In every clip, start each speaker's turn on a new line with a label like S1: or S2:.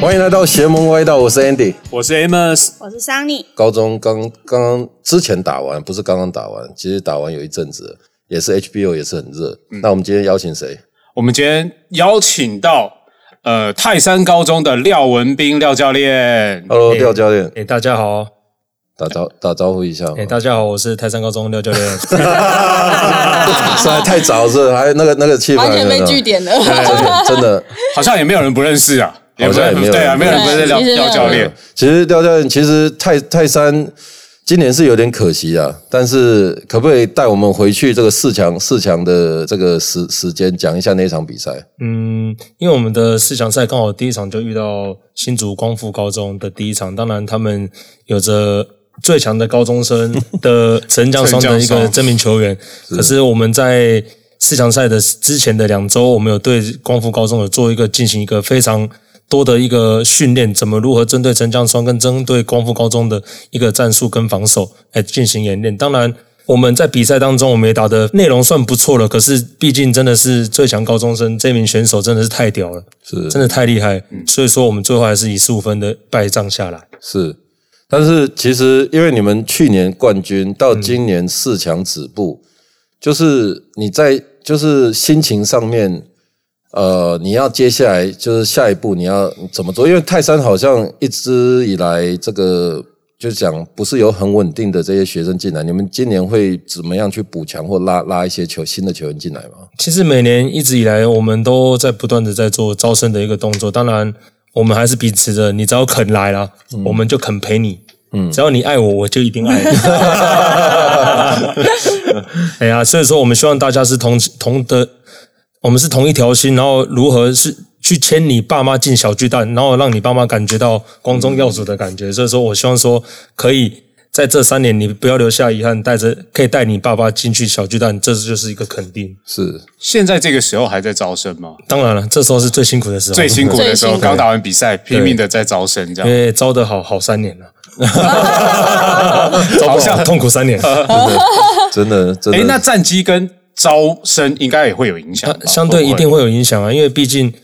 S1: 欢迎来到邪门歪道，我是 Andy。
S2: 我是 Amos，
S3: 我是 Sunny，
S1: 高中刚刚刚之前打完，不是刚刚打完，其实打完有一阵子了，也是 HBO 也是很热。那我们今天邀请谁？
S2: 我们今天邀请到呃泰山高中的廖文斌廖教练。
S1: Hello，廖教练，
S4: 哎、大家好，
S1: 打招打 招呼一下嘛。
S4: 哎、大家好，我是泰山高中廖教练。
S1: 实在太早是，还有那个那个气氛
S5: 完全被
S1: 有没有
S5: 据点了。
S1: 真的真 的。
S2: 好像也没有人不认识啊，
S1: 好像也没有人
S2: 对啊，没有人不认识廖
S5: 对其实没有
S2: 廖
S5: 人
S2: 教练。
S1: 哎其实廖教练，其实泰泰山今年是有点可惜啊，但是可不可以带我们回去这个四强四强的这个时时间讲一下那场比赛？
S4: 嗯，因为我们的四强赛刚好第一场就遇到新竹光复高中的第一场，当然他们有着最强的高中生的神将双的
S2: 神
S4: 一
S2: 将
S4: 个
S2: 双
S4: 真名球员，可是我们在四强赛的之前的两周，我们有对光复高中有做一个进行一个非常。多的一个训练，怎么如何针对陈江双跟针对光复高中的一个战术跟防守来进行演练。当然，我们在比赛当中，我们也打的内容算不错了，可是毕竟真的是最强高中生，这名选手真的是太屌了，
S1: 是
S4: 真的太厉害。所以说，我们最后还是以十五分的败仗下来。
S1: 是，但是其实因为你们去年冠军
S2: 嗯
S1: 到今年四强止步，就是你在就是心情上面，呃，你要接下来就是下一步你要怎么做？因为泰山好像一直以来这个。就是讲不是有很稳定的这些学生进来，你们今年会怎么样去补强或拉拉一些球新的球员进来吗？
S4: 其实每年一直以来，我们都在不断的在做招生的一个动作。当然，我们还是秉持着你只要肯来啦，我们就肯陪你。嗯，只要你爱我，我就一定爱你。哎呀，所以说我们希望大家是同同的，我们是同一条心，然后如何是去牵你爸妈进小巨蛋，然后让你爸妈感觉到光宗耀祖的感觉。所以说我希望说可以。在这三年，你不要留下遗憾，带着可以带你爸爸进去小巨蛋，这就是一个肯定。
S1: 是
S2: 现在这个时候还在招生吗？
S4: 当然了，这时候是最辛苦的时候，
S2: 最辛苦的时
S5: 最
S2: 候，
S5: 辛苦
S2: 刚打完比赛，拼命的在招生，这
S4: 因
S2: 样
S4: 为招的好好 三年了， 招不好痛苦三年，
S1: 真的真的。
S2: 哎，那战绩跟招生应该也会有影响吧，
S4: 呃相对
S2: 不
S4: 一定会有影响啊。因为毕竟，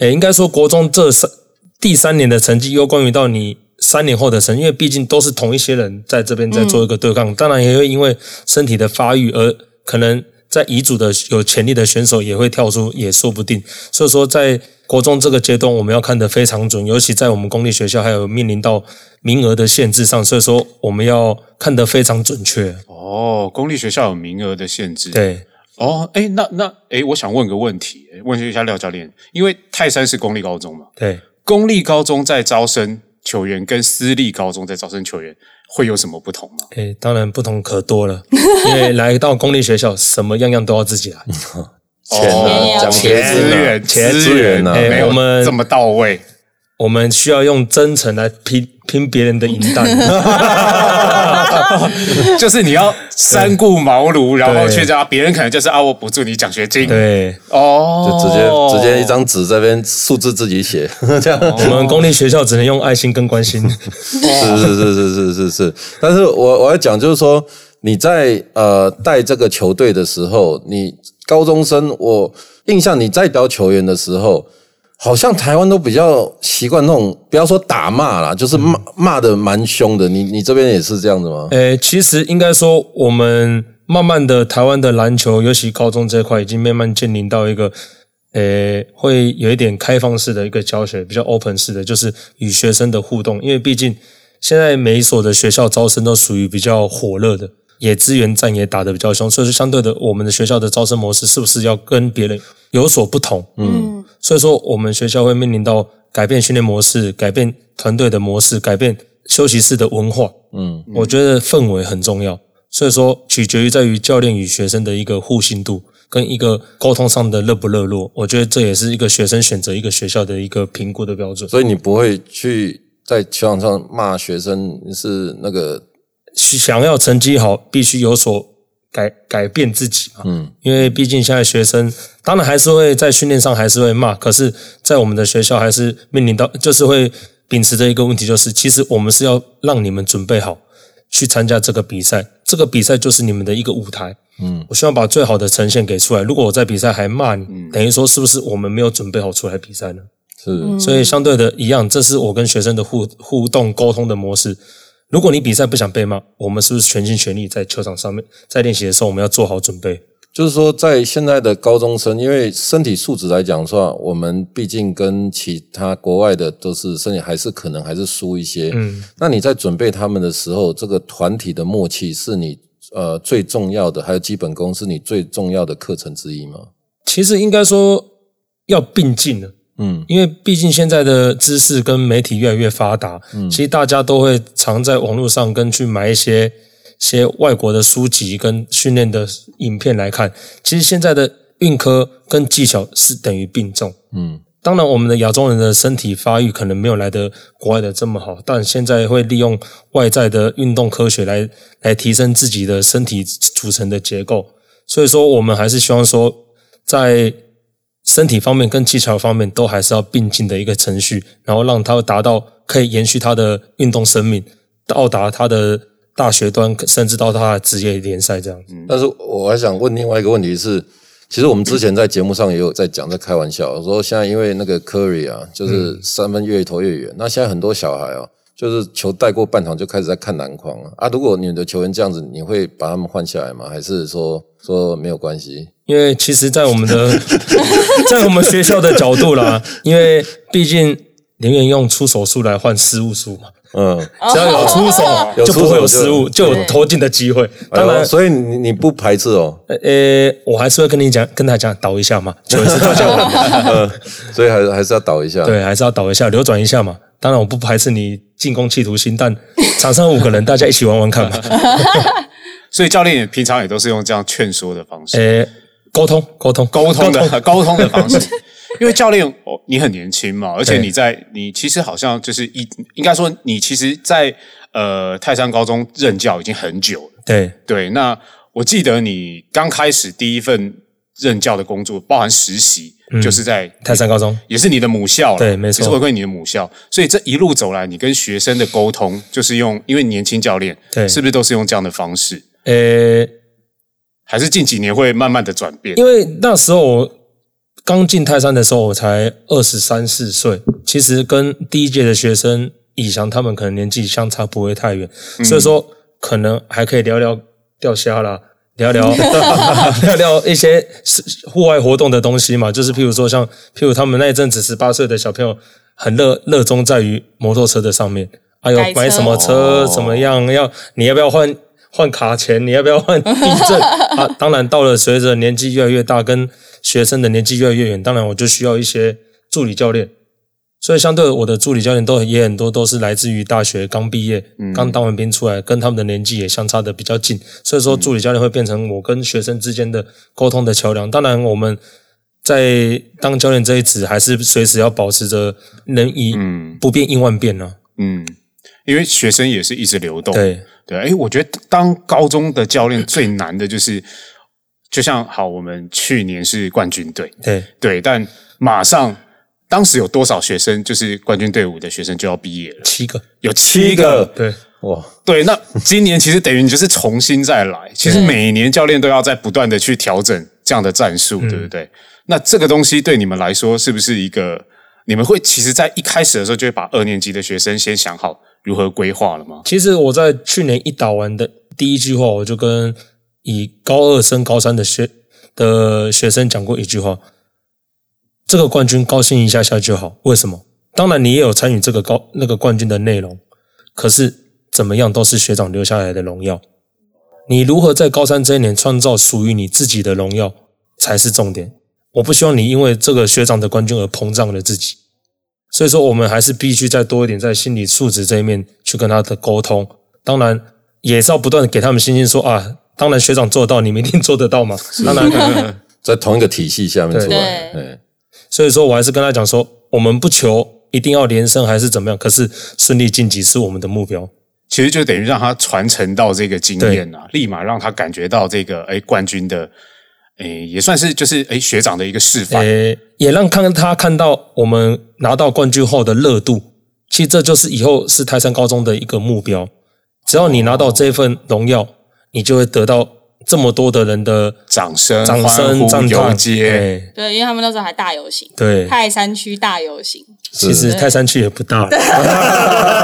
S4: 诶，应该说国中这三第三年的成绩，又关于到你三年后的成绩，因为毕竟都是同一些人在这边在做一个对抗，当然也会因为身体的发育而可能。在乙组的有潜力的选手也会跳出，也说不定。所以说，在国中这个阶段，我们要看得非常准，尤其在我们公立学校还有面临到名额的限制上，所以说我们要看得非常准确。
S2: 哦，公立学校有名额的限制，
S4: 对，
S2: 哦，哎，那那哎，我想问个问题，诶问一下廖教练，因为泰山是公立高中嘛，
S4: 对，
S2: 公立高中在招生球员跟私立高中在招生球员会有什么不同吗？
S4: 诶，当然不同可多了，因为来到公立学校，什么样样都要自己来。
S1: 钱
S5: 钱
S2: 哦
S1: 啊，
S5: 要
S1: 奖
S5: 钱
S1: 学金啊
S2: 资源、
S4: 钱
S2: 资源
S1: 资源啊
S2: 没有
S4: 我们
S2: 这么到 位，
S4: 我们需要用真诚来拼拼别人的银弹，
S2: 就是你要三顾茅庐，然后
S4: 对
S2: 去让别人可能就是啊，我补助你奖学金，
S4: 对。
S2: 哦，
S1: 就直接、直接一张纸这边数字自己写， 这样
S4: 我们公立学校只能用爱心跟关心，
S1: 是是是是是是是，但是我我要讲就是说，你在呃带这个球队的时候，你高中生，我印象你在教球员的时候，好像台湾都比较习惯那种，不要说打骂啦，就是骂、骂的蛮凶的。你你这边也是这样子吗？
S4: 呃，其实应该说，我们慢慢的台湾的篮球，尤其高中这块，已经慢慢建立到一个，呃，会有一点开放式的一个教学，比较 open 式的，就是与学生的互动。因为毕竟现在每一所的学校招生都属于比较火热的，也资源战也打得比较凶，所以说相对的，我们的学校的招生模式是不是要跟别人有所不同？
S5: 嗯，
S4: 所以说，我们学校会面临到改变训练模式、改变团队的模式、改变休息室的文化。
S1: 嗯，
S4: 我觉得氛围很重要，所以说取决于在于教练与学生的一个互信度跟一个沟通上的热不热络。我觉得这也是一个学生选择一个学校的一个评估的标准。
S1: 所以你不会去在球场上骂学生是那个
S4: 想要成绩好，必须有所改改变自己嘛。
S1: 嗯，
S4: 因为毕竟现在学生，当然还是会在训练上还是会骂，可是，在我们的学校还是面临到，就是会秉持着一个问题，就是其实我们是要让你们准备好去参加这个比赛，这个比赛就是你们的一个舞台。
S1: 嗯，
S4: 我希望把最好的呈现给出来。如果我在比赛还骂你，等于说是不是我们没有准备好出来比赛呢？
S1: 是
S4: 所以相对的一样，这是我跟学生的互互动沟通的模式。如果你比赛不想被骂，我们是不是全心全力在球场上面，在练习的时候我们要做好准备？
S1: 就是说，在现在的高中生，因为身体素质来讲的话，我们毕竟跟其他国外的都是身体还是可能还是输一些。嗯，那你在准备他们的时候，这个团体的默契是你呃最重要的，还有基本功是你最重要的课程之一吗？
S4: 其实应该说要并进的，
S1: 嗯，
S4: 因为毕竟现在的知识跟媒体越来越发达，嗯，其实大家都会常在网络上跟去买一些些外国的书籍跟训练的影片来看。其实现在的运科跟技巧是等于并重，
S1: 嗯，
S4: 当然，我们的亚洲人的身体发育可能没有来的国外的这么好，但现在会利用外在的运动科学来来提升自己的身体组成的结构。所以说，我们还是希望说，在身体方面跟技巧方面都还是要并进的一个程序，然后让它达到可以延续它的运动生命，到达它的大学端，甚至到它的职业联赛这样子。
S1: 但是我还想问另外一个问题是，其实我们之前在节目上也有在讲，在开玩笑我说，现在因为那个 Curry 啊，就是
S4: 嗯
S1: 三分越投越远，那现在很多小孩哦，就是球带过半场就开始在看篮筐了啊。如果你的球员这样子，你会把他们换下来吗？还是说说没有关系？
S4: 因为其实，在我们的 在我们学校的角度啦，因为毕竟宁愿用出手数来换失误数嘛，
S1: 嗯，
S4: 只要有出
S1: 有
S4: 手就
S1: 出手
S4: 哦不会有
S1: 就
S4: 失误，就有投进的机会。当
S1: 哎
S4: 然
S1: 呦，所以你你不排斥哦，
S4: 呃、呃我还是会跟你讲，跟他讲倒一下嘛，球也是倒下来 嘛，
S1: 所以还是还是要倒一下。，
S4: 对，还是要倒一下，流转一下嘛。当然，我不排斥你进攻企图心，但场上五个人，大家一起玩玩看嘛。
S2: 所以教练也平常也都是用这样劝说的方
S1: 哎
S2: 式，
S4: 呃，沟通，沟通，
S2: 沟通的 沟通 的方式。因为教练，哦你很年轻嘛，而且你在你其实好像就是一应该说你其实在，呃泰山高中任教已经很久了。
S4: 对，
S2: 对，那我记得你刚开始第一份任教的工作，包含实习，就是在
S4: 泰山高中。
S2: 也是你的母校了，
S4: 嗯对没错
S2: 也是回馈你的母校。所以这一路走来，你跟学生的沟通，就是用，因为你年轻教练，
S4: 对
S2: 是不是都是用这样的方式？
S4: 呃，
S2: 还是近几年会慢慢的转变？
S4: 因为那时候我刚进泰山的时候，我才二十三四岁，其实跟第一届的学生以翔他们可能年纪相差不会太远，
S3: 嗯
S4: 所以说可能还可以聊聊钓虾啦。 聊聊聊聊一些是户外活动的东西嘛，就是譬如说像，譬如他们那一阵子十八岁的小朋友很热热衷在于摩托车的上面，哎呦
S3: 改车
S4: 买什么车怎么样，要你要不要换换卡钳，你要不要换避震啊？当然，到了随着年纪越来越大，跟学生的年纪越来越远，当然我就需要一些助理教练。所以，相对我的助理教练都也很多都是来自于大学刚毕业、刚当完兵出来，跟他们的年纪也相差的比较近，所以说助理教练会变成我跟学生之间的沟通的桥梁。当然，我们在当教练这一职，还是随时要保持着能以不变应万变呢、
S2: 嗯，因为学生也是一直流动，
S4: 对，
S2: 对，哎，我觉得当高中的教练最难的就是，就像好，我们去年是冠军队，
S4: 对，
S2: 对，但马上当时有多少学生就是冠军队伍的学生就要毕业了？
S4: 七个，
S2: 有七个，
S4: 对，
S1: 哇，
S2: 对，那今年其实等于你就是重新再 来。其实每年教练都要在不断的去调整这样的战术，对不对？那这个东西对你们来说是不是一个？你们会其实，在一开始的时候就会把二年级的学生先想好如何规划了吗？
S4: 其实我在去年一打完的第一句话，我就跟以高二升高三的学的学生讲过一句话：这个冠军高兴一下下就好。为什么？当然你也有参与这个高那个冠军的内容，可是怎么样都是学长留下来的荣耀。你如何在高三这一年创造属于你自己的荣耀才是重点。我不希望你因为这个学长的冠军而膨胀了自己。所以说，我们还是必须再多一点在心理素质这一面去跟他的沟通。当然，也是要不断的给他们信心说，啊，当然学长做得到，你们一定做得到嘛。当然，
S1: 在同一个体系下面出来，
S3: 对
S1: 哎，
S4: 所以说我还是跟他讲说，我们不求一定要连胜还是怎么样，可是顺利晋级是我们的目标。
S2: 其实就等于让他传承到这个经验啊，立马让他感觉到这个哎冠军的哎也算是就是哎学长的一个示范。
S4: 诶，也让看他看到我们拿到冠军后的热度。其实这就是以后是泰山高中的一个目标。只要你拿到这份荣耀，你就会得到这么多的人的
S2: 掌声、
S4: 掌
S2: 欢
S4: 声、
S2: 呼
S4: 赞
S2: 游
S4: 叹，
S2: 街，
S4: 对
S3: 对，因为他们那时候还大游行，
S4: 对。
S3: 泰山区大游行，
S4: 其实泰山区也不大了，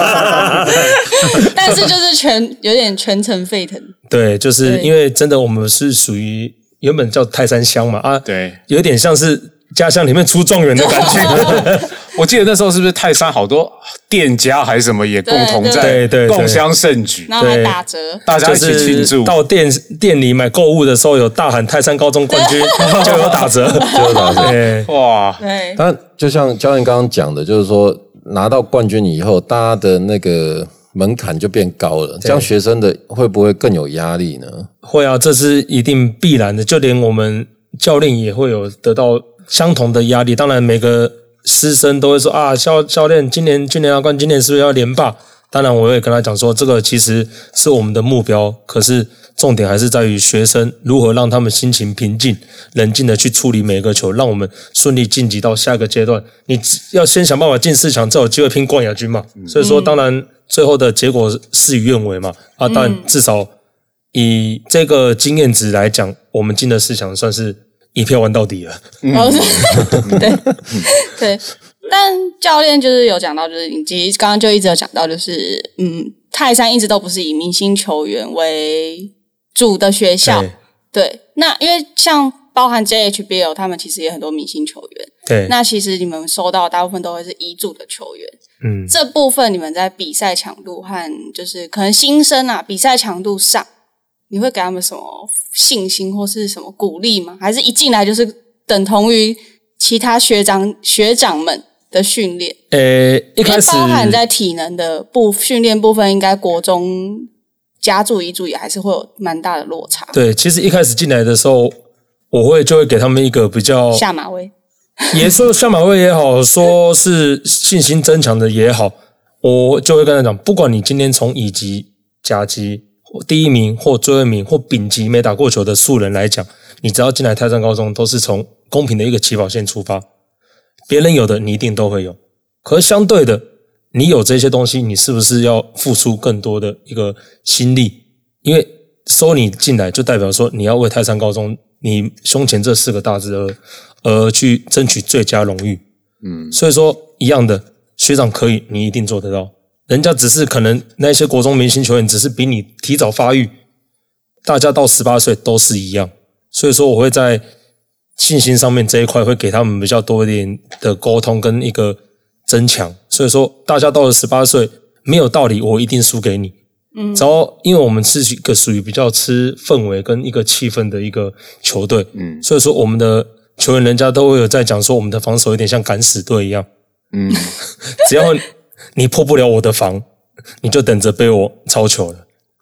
S3: 但是就是全有点全城沸腾，
S4: 对，就是
S3: 对
S4: 因为真的我们是属于原本叫泰山乡嘛啊，
S2: 对，
S4: 有点像是家乡里面出状元的感觉，
S2: 我记得那时候是不是泰山好多店家还是什么也共同在
S4: 对对对对
S2: 共襄盛举，
S3: 然后还
S4: 对
S3: 打折，
S2: 大家
S4: 就
S2: 一起庆
S4: 是
S2: 祝。
S4: 到店店里买购物的时候有大喊泰山高中冠军，就有打折，就有打折，对
S2: 哇，
S3: 对，
S1: 但就像教练刚刚讲的，就是说拿到冠军以后，大家的那个门槛就变高了，这样学生的会不会更有压力呢？
S4: 会啊，这是一定必然的，就连我们教练也会有得到相同的压力。当然，每个师生都会说啊，教教练今年今年要冠，今年是不是要连霸？当然，我也跟他讲说，这个其实是我们的目标，可是重点还是在于学生如何让他们心情平静、冷静的去处理每一个球，让我们顺利晋级到下一个阶段。你只要先想办法进四强，才有机会拼冠亚军嘛。所以说，当然最后的结果事与愿违嘛。啊，但至少以这个经验值来讲，我们进了四强算是一票玩到底了。
S3: 然后是对 对，但教练就是有讲到，就是以及刚刚就一直有讲到，就是嗯，泰山一直都不是以明星球员为主的学校，对，那因为像包含 JHBL 他们其实也很多明星球员，
S4: 对，
S3: 那其实你们收到大部分都会是一组的球员，
S4: 嗯，
S3: 这部分你们在比赛强度和就是可能新生啊比赛强度上，你会给他们什么信心或是什么鼓励吗？还是一进来就是等同于其他学长学长们的训练？
S4: 呃，一
S3: 因为
S4: 开始
S3: 包含在体能的部训练部分，应该国中加注一注也还是会有蛮大的落差。
S4: 对，其实一开始进来的时候，我会就会给他们一个比较
S3: 下马威，
S4: 也说下马威也好，说是信心增强的也好，我就会跟他讲，不管你今天从乙级、甲级、第一名或最后一名或丙级没打过球的素人来讲，你只要进来泰山高中，都是从公平的一个起跑线出发，别人有的你一定都会有。可是相对的，你有这些东西，你是不是要付出更多的一个心力？因为收你进来，就代表说你要为泰山高中你胸前这四个大字而而去争取最佳荣誉。嗯，所以说一样的，学长可以，你一定做得到。人家只是可能那些国中明星球员，只是比你提早发育，大家到十八岁都是一样。所以说，我会在信心上面这一块会给他们比较多一点的沟通跟一个增强。所以说，大家到了十八岁，没有道理我一定输给你。嗯，只要因为我们是一个属于比较吃氛围跟一个气氛的一个球队，嗯，所以说我们的球员人家都会有在讲说，我们的防守有点像敢死队一样，嗯， 只要你破不了我的防，你就等着被我抄球了。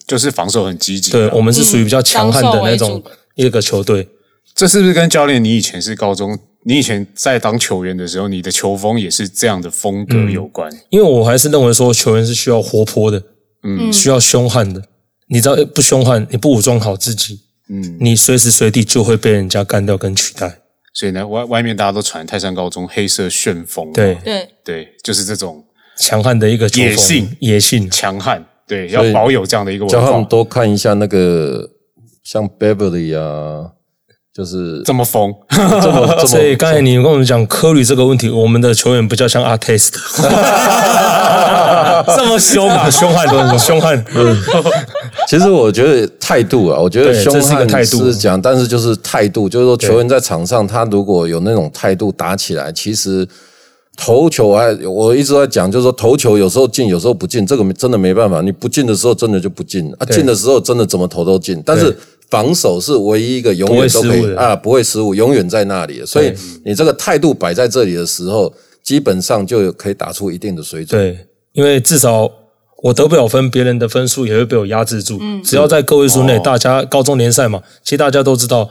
S2: 就是防守很积极。啊
S4: 对，我们是属于比较强悍的那
S3: 防守为
S4: 种
S3: 主
S4: 一个球队。
S2: 这是不是跟教练？你以前是高中，你以前在当球员的时候，你的球风也是这样的风格
S4: 嗯
S2: 有关？
S4: 因为我还是认为说球员是需要活泼的，嗯，需要凶悍的。你知道诶不凶悍，你不武装好自己，嗯，你随时随地就会被人家干掉跟取代。
S2: 所以呢，外外面大家都传泰山高中黑色旋风嘛，
S4: 对，
S3: 对，
S2: 对，就是这种
S4: 强悍的一个球风
S2: 野性，
S4: 野性，
S2: 强悍，对，要
S1: 所以
S2: 保有这样的一个文
S1: 叫他们
S2: 化。
S1: 多看一下那个像 Beverly 啊， 就是
S2: 这么疯，
S1: 这么这
S4: 所以
S1: 么
S4: 刚才你跟我们讲科里这个问题，我们的球员比较像 artist，这么凶啊，嗯凶悍的，凶 悍，
S1: 其实我觉得态度啊，我觉得
S4: 对
S1: 凶
S4: 这是一个态
S1: 悍
S4: 度
S1: 是讲，但是就是态度，就是说球员在场上他如果有那种态度打起来，其实投球还我一直在讲，就是说投球有时候进，有时候不进，这个没真的没办法，你不进的时候真的就不进啊，
S4: 对
S1: 进的时候真的怎么投都进，但是
S4: 对。
S1: 防守是唯一一个永远都可
S4: 不会失误
S1: 以
S4: 的
S1: 啊，不会失误，永远在那里的。所以你这个态度摆在这里的时候，基本上就有可以打出一定的水准。
S4: 对，因为至少我得不了分，别人的分数也会被我压制住。只要在个位数内，
S2: 哦
S4: 大家高中联赛嘛，其实大家都知道，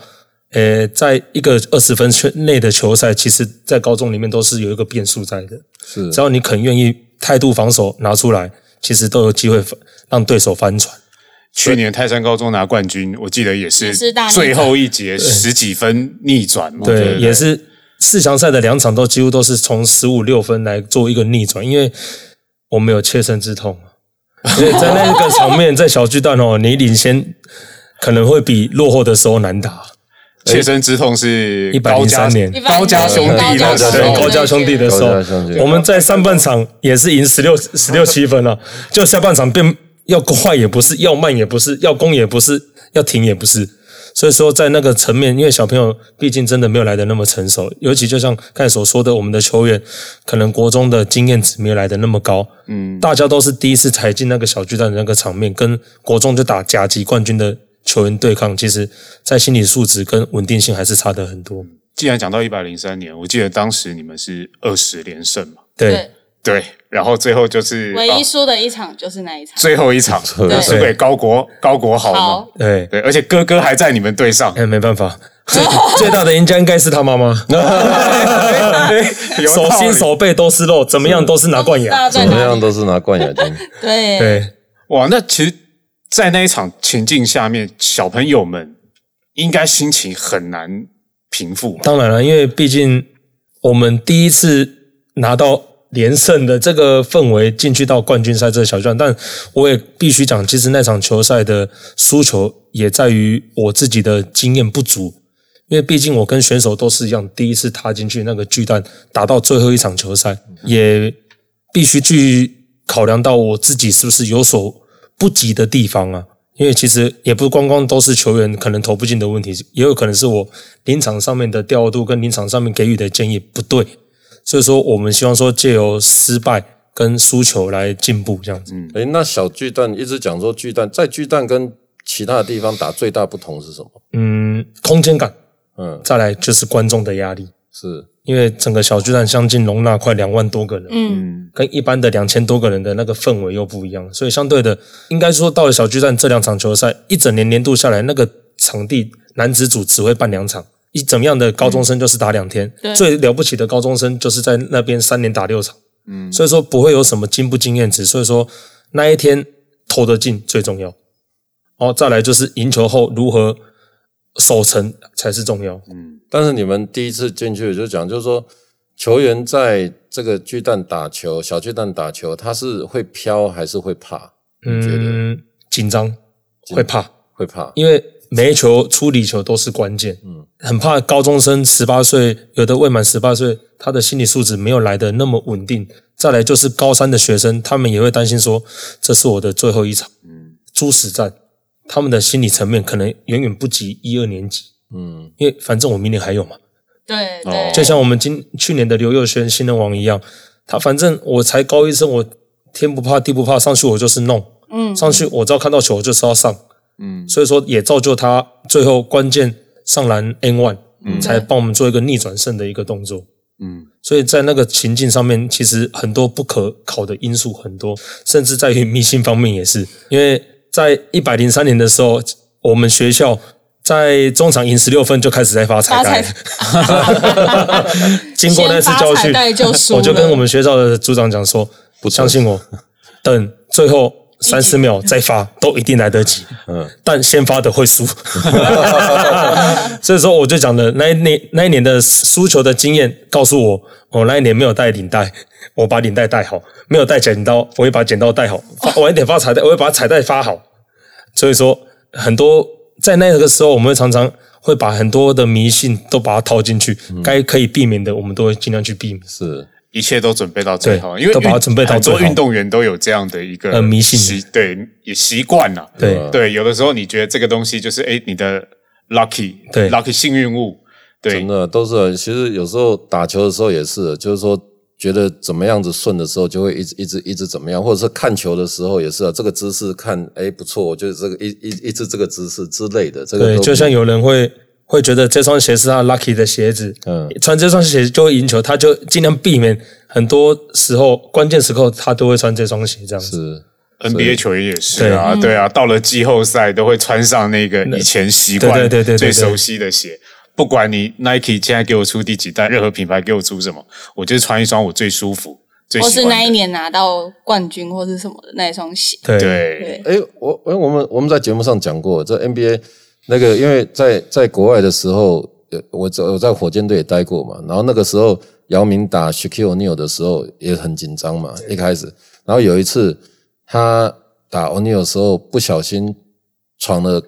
S4: 呃，在一个二十分圈内的球赛，其实在高中里面都是有一个变数在的。
S1: 是
S4: 只要你肯愿意态度防守拿出来，其实都有机会让对手翻船。
S2: 去年泰山高中拿冠军，我记得也是
S3: 也是大逆转
S2: 最后一节十几分逆转嘛，对
S4: 对，
S2: 不对，
S4: 也是四强赛的两场都几乎都是从十五六分来做一个逆转，因为我们有切身之痛嘛。所以在那个场面，在小巨蛋哦，你领先可能会比落后的时候难打。
S2: 切身之痛是高家
S4: 103年
S2: 高家兄弟
S3: 高
S2: 那时
S3: 家
S4: 对
S3: 兄弟
S2: 候
S4: 高家兄弟的时候
S1: 高家兄弟，
S4: 我们在上半场也是赢十六十六七分了、啊就下半场变要快也不是，要慢也不是，要攻也不是，要停也不是。所以说，在那个层面，因为小朋友毕竟真的没有来的那么成熟，尤其就像刚才所说的，我们的球员可能国中的经验值没有来的那么高，嗯，大家都是第一次踩进那个小巨蛋的那个场面，跟国中就打甲级冠军的球员对抗，其实在心理素质跟稳定性还是差得很多。
S2: 既然讲到一百零三年，我记得当时你们是二十连胜嘛，
S4: 对，
S2: 对，然后最后就是
S3: 唯一
S2: 啊
S3: 输的一场就是那一场。
S2: 最后一场
S1: 对
S2: 输给高国高国豪嘛
S3: 好，，
S4: 对，
S2: 对，而且哥哥还在你们队上，
S4: 哎，没办法，最最大的赢家应该是他 妈妈，
S2: 有
S4: 手
S2: 道
S4: 心
S2: 理
S4: 手背都是肉，怎么样都是拿冠亚。
S3: 大家在
S1: 怎么
S3: 哪
S1: 样
S3: 里？啊
S1: 都是拿冠亚军。
S3: 对
S4: 对，
S2: 哇，那其实，在那一场情境下面，小朋友们应该心情很难平复吧？
S4: 当然了，因为毕竟我们第一次拿到连胜的这个氛围进去到冠军赛这个小段，但我也必须讲，其实那场球赛的输球也在于我自己的经验不足。因为毕竟我跟选手都是一样，第一次踏进去那个巨蛋，打到最后一场球赛，也必须去考量到我自己是不是有所不及的地方啊。因为其实也不光光都是球员可能投不进的问题，也有可能是我临场上面的调度跟临场上面给予的建议不对，所以说我们希望说借由失败跟输球来进步这样子。
S1: 诶，那小巨蛋一直讲说巨蛋，在巨蛋跟其他的地方打最大不同是什么？
S4: 嗯，空间感，
S1: 嗯，
S4: 再来就是观众的压力，
S1: 是
S4: 因为整个小巨蛋将近容纳快两万多个人，
S3: 嗯，
S4: 跟一般的两千多个人的那个氛围又不一样，所以相对的，应该说到了小巨蛋这两场球赛，一整年年度下来，那个场地男子组只会办两场，一怎么样的高中生就是打两天，
S1: 嗯
S3: 对
S4: 最了不起的高中生就是在那边三年打六场，嗯，所以说不会有什么经不经验值，所以说那一天投得进最重要，然后再来就是赢球后如何守城才是重要，
S1: 但是你们第一次进去就讲，就是说球员在这个巨蛋打球、小巨蛋打球，他是会飘还是会怕？你觉得
S4: 嗯，紧张会怕。
S1: 会怕？
S4: 因为每一球出理球都是关键。嗯，很怕高中生十八岁，有的未满十八岁，他的心理素质没有来的那么稳定。再来就是高三的学生，他们也会担心说，这是我的最后一场，嗯，猪死战，他们的心理层面可能远远不及一二年级，
S1: 嗯，
S4: 因为反正我明年还有嘛。
S3: 对
S2: 哦
S3: 对，
S4: 就像我们今去年的刘佑轩新人王一样，他反正我才高一生，我天不怕地不怕，上去我就是弄，嗯，上去我只要看到球我就是要上，嗯，所以说也造就他最后关键上篮 N one，才
S3: 嗯
S4: 帮我们做一个逆转胜的一个动作。
S2: 嗯，
S4: 所以在那个情境上面，其实很多不可考的因素很多，甚至在于迷信方面也是，因为在一百零三年的时候，我们学校在中场赢十六分就开始在发
S3: 发
S4: 财
S3: 财
S4: 单。经过那次教
S3: 先发
S4: 训
S3: 彩带就输，了
S4: 我就跟我们学校的组长讲说，不相信我，等最后三十秒再发，都一定来得及。嗯，但先发的会输。 所以说，我就讲的那一年那一年的输球的经验告诉我，我那一年没有带领带，我把领带带好；没有带剪刀，我会把剪刀带好；发晚一点发彩带，我会把彩带发好。所以说，很多在那个时候，我们会常常会把很多的迷信都把它套进去，该可以避免的，我们都会尽量去避免。
S1: 是
S2: 一切都准备到最后，
S4: 对
S2: 因为
S4: 都把它准备到
S2: 很
S4: 最好
S2: 多运动员都有这样的一个
S4: 呃迷信嗯
S2: 习，对，也习惯了。
S4: 对
S1: 吧
S2: 对，有的时候你觉得这个东西就是哎，你的 lucky，
S4: 对
S2: ，lucky 幸运物，对
S1: 真，的都是。其实有时候打球的时候也是，就是说觉得怎么样子顺的时候，就会一直一直一直怎么样，或者是看球的时候也是啊，这个姿势看，哎不错，我就是这个一一一直这个姿势之类的，这个
S4: 对，
S1: 都
S4: 就像有人会会觉得这双鞋是他 lucky 的鞋子，
S1: 嗯
S4: 穿这双鞋就会赢球，他就尽量避免。很多时候关键时刻他都会穿这双鞋，这样子。
S1: 是
S2: NBA 球员也是啊，对
S3: 嗯
S2: 啊，到了季后赛都会穿上那个以前习惯、
S4: 对对对对对
S2: 最熟悉的鞋。不管你 Nike 现在给我出第几代，任何品牌给我出什么，我就是穿一双我最舒服、最
S3: 或
S2: 喜
S3: 是
S2: 欢的。
S3: 那一年拿到冠军或是什么的那一双鞋，
S4: 对
S2: 对，
S3: 对，
S1: 哎，我哎，我们我们在节目上讲过，这 NBA 那个，因为在在国外的时候，呃我在我在火箭队也待过嘛，然后那个时候姚明打 Shaquille O'Neal 的时候也很紧张嘛，一开始，然后有一次他打 O'Neal 的时候不小心闯了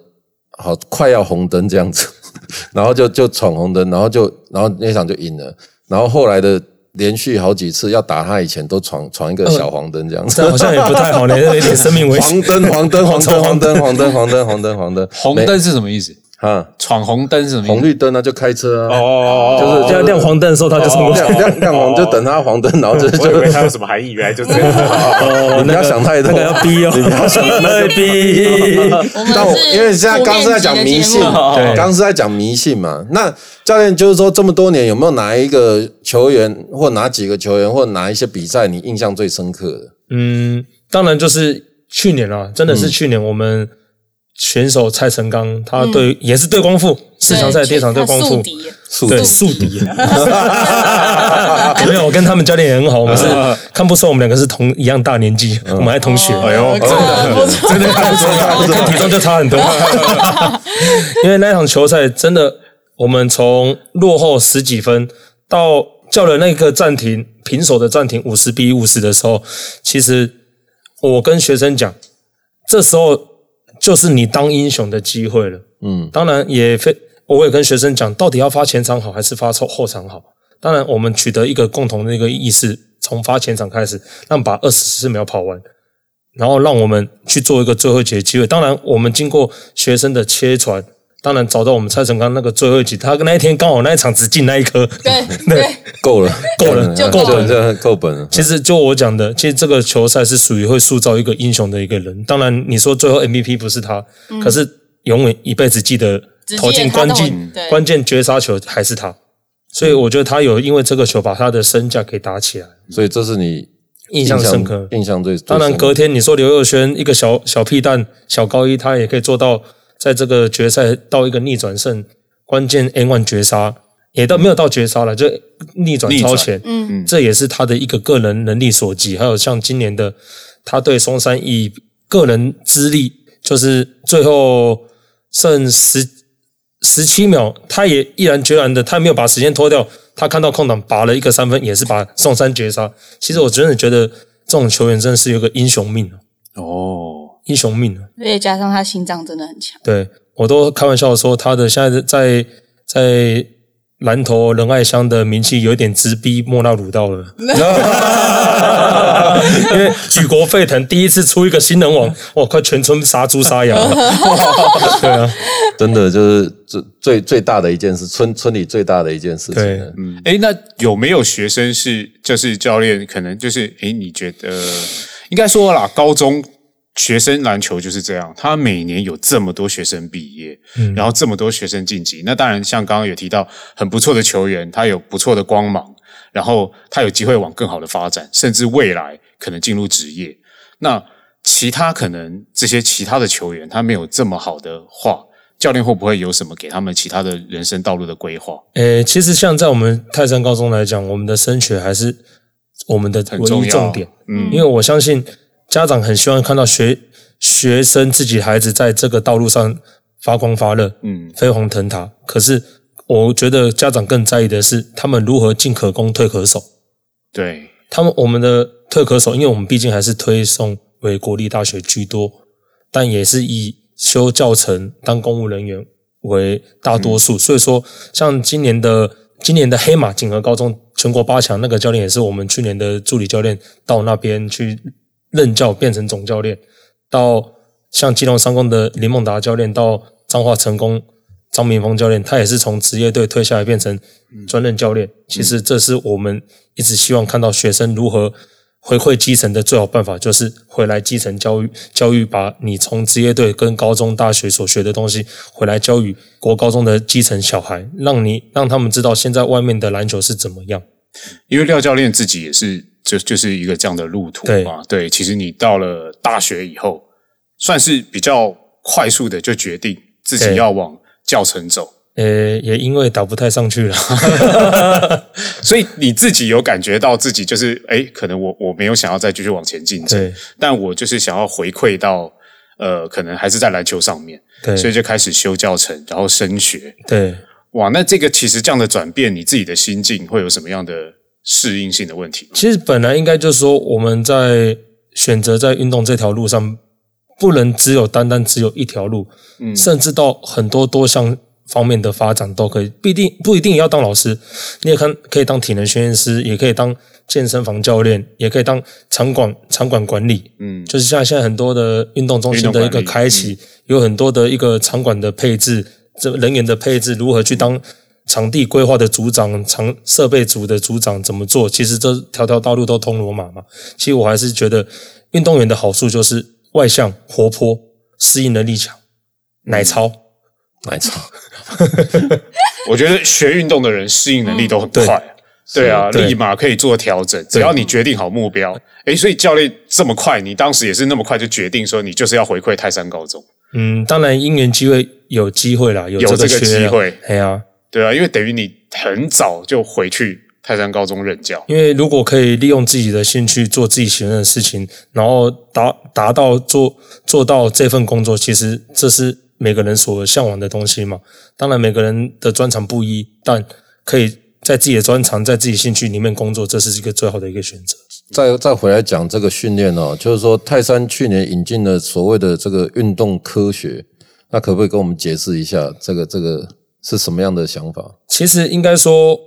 S1: 好快要红灯这样子， 然后就就闯红灯，然后就然后那场就赢了，然后后来的连续好几次要打他以前都闯闯一个小黄灯这样子
S4: 这，样好像也不太 好，连有点生命危
S1: 黄
S4: 险。
S1: 灯黄灯黄
S4: 闯
S1: 灯
S4: 红
S1: 黄灯黄灯黄灯黄灯黄灯
S2: 红灯是什么意思？
S1: 啊，
S2: 闯红灯是什么意思？
S1: 红绿灯呢就开车啊，
S2: 哦，
S1: 就是
S4: 要亮黄灯的时候，他就冲过去。
S1: 亮亮亮黄就等他黄灯，然后 就
S5: 我以
S1: 就
S5: 为它有什么含义，原来就这样。
S4: 哦，
S1: 你不要想太多
S4: 那个要 逼哦，你不要想太逼。
S3: 我们
S1: 但我
S3: 是
S1: 因为现在
S3: 普遍
S1: 刚是在讲
S3: 级的
S1: 迷
S3: 节
S1: 信，
S3: 目
S4: 对
S1: 刚是在讲迷信嘛。那教练就是说，这么多年有没有哪一个球员，或哪几个球员，或哪一些比赛你印象最深刻的？
S4: 嗯，当然就是去年啊，真的是去年我们选手蔡成刚，他对、也是对光复四强赛第一场对光
S3: 他
S4: 复
S3: 宿，敌
S1: 宿
S4: 对
S1: 敌
S4: 宿敌。啊 没有，我跟他们教练也很好，我们是看不出来我们两个是同一样大年纪，我们还同学。
S3: 哎呦，真的不 错，真啊的
S4: 跟体重就差 很多。因为那场球赛真的，我们从落后十几分到叫了那个暂停，平手的暂停五十比五十的时候，其实我跟学生讲，这时候就是你当英雄的机会了。嗯，当然也非我也跟学生讲，到底要发前场好还是发后后场好？当然，我们取得一个共同的一个意识，从发前场开始，让把二十四秒跑完。然后让我们去做一个最后一节的机会。当然，我们经过学生的切传，当然找到我们蔡成刚那个最后一集，他那一天刚好那一场只进那一颗，
S3: 对对，
S1: 够了，
S4: 够了
S3: 就
S1: 够
S3: 够了
S1: 这够本了。
S4: 其实就我讲的，其实这个球赛是属于会塑造一个英雄的一个人。当然，你说最后 MVP 不是他，可是永远一辈子记得
S3: 只记得
S4: 投进
S3: 他
S4: 关
S3: 投
S4: 键
S3: 对
S4: 关键绝杀球还是他。所以我觉得他有因为这个球把他的身价给打起来，
S1: 所以这是你
S4: 印象深刻。
S1: 印象最
S4: 当然，
S1: 最深刻
S4: 隔天你说刘佑轩一个小小屁蛋、小高一，他也可以做到在这个决赛到一个逆转胜，关键 N one 绝杀，也到没有到绝杀了，就逆转超前。
S3: 嗯，
S4: 这也是他的一个个人能力所及。还有像今年的他对松山以个人资历，就是最后剩十十七秒，他也毅然决然的，他没有把时间拖掉，他看到空档拔了一个三分，也是把松山绝杀。其实我真的觉得这种球员真的是有个英雄命啊，
S2: 哦，
S4: 英雄命啊！
S3: 而且加上他心脏真的很强，
S4: 对我都开玩笑说，他的现在在在南投仁爱乡的名气有点直逼莫纳鲁道了， 因为举国沸腾，第一次出一个新人王，哇，快全村杀猪杀羊了， 对啊，
S1: 真的就是最最最大的一件事，村村里最大的一件事情嗯了
S4: 对。
S2: 哎，那有没有学生是就是教练可能就是哎，你觉得应该说啦，高中学生篮球就是这样，他每年有这么多学生毕业，
S4: 嗯
S2: 然后这么多学生晋级，那当然像刚刚有提到很不错的球员，他有不错的光芒，然后他有机会往更好的发展，甚至未来可能进入职业。那其他可能这些其他的球员，他没有这么好的话，教练会不会有什么给他们其他的人生道路的规划？
S4: 诶，其实像在我们泰山高中来讲，我们的升学还是我们的
S2: 很
S4: 唯
S2: 重
S4: 一
S2: 要
S4: 重点。
S2: 嗯
S4: 因为我相信家长很希望看到学学生自己孩子在这个道路上发光发热，
S2: 嗯
S4: 飞黄腾达。可是我觉得家长更在意的是他们如何进可攻退可守。
S2: 对，
S4: 他们我们的退可守，因为我们毕竟还是推送为国立大学居多，但也是以修教程当公务人员为大多数。所以说，像今年的今年的黑马锦和高中全国八强那个教练，也是我们去年的助理教练到那边去任教，变成总教练。到像基隆商工的林梦达教练，到彰化成功张明峰教练，他也是从职业队退下来变成专任教练。其实这是我们一直希望看到学生如何回馈基层的最好办法，就是回来基层教育，教育把你从职业队跟高中、大学所学的东西回来教育国高中的基层小孩，让你让他们知道现在外面的篮球是怎么样。
S2: 因为廖教练自己也是就就是一个这样的路途嘛。对，其实你到了大学以后，算是比较快速的就决定自己
S4: 对
S2: 要往教程走，
S4: 呃，也因为打不太上去了。
S2: 所以你自己有感觉到自己就是哎，可能我我没有想要再继续往前进
S4: 对
S2: 进，但我就是想要回馈到呃，可能还是在篮球上面，
S4: 对
S2: 所以就开始修教程，然后升学。
S4: 对，
S2: 哇，那这个其实这样的转变，你自己的心境会有什么样的适应性的问题？
S4: 其实本来应该就是说我们在选择在运动这条路上不能只有单单只有一条路，甚至到很多多项方面的发展都可以，不一定不一定要当老师，你也看可以当体能训练师，也可以当健身房教练，也可以当场馆场馆管理，嗯，就是像现在很多的运动中心的一个
S2: 运动管理嗯
S4: 开启，有很多的一个场馆的配置，这人员的配置如何去当。场地规划的组长、场设备组的组长怎么做？其实这条条道路都通罗马嘛。其实我还是觉得运动员的好处就是外向、活泼、适应能力强、
S2: 嗯
S4: 奶超。
S1: 奶茶
S2: 我觉得学运动的人适应能力都很快。对啊，
S4: 嗯对
S2: 立马可以做调整，只要你决定好目标。诶，所以教练这么快，你当时也是那么快就决定说，你就是要回馈泰山高中。
S4: 嗯，当然因缘机会有机会啦，有
S2: 有
S4: 这
S2: 这个
S4: 缺
S2: 机
S4: 啦
S2: 会
S4: 哎呀、
S2: 对啊，因为等于你很早就回去泰山高中任教，
S4: 因为如果可以利用自己的兴趣做自己喜欢的事情，然后达达到做做到这份工作，其实这是每个人所向往的东西嘛。当然，每个人的专长不一，但可以在自己的专长、在自己兴趣里面工作，这是一个最好的一个选择。
S1: 再再回来讲这个训练哦，就是说泰山去年引进了所谓的这个运动科学，那可不可以跟我们解释一下这个这个是什么样的想法？
S4: 其实应该说，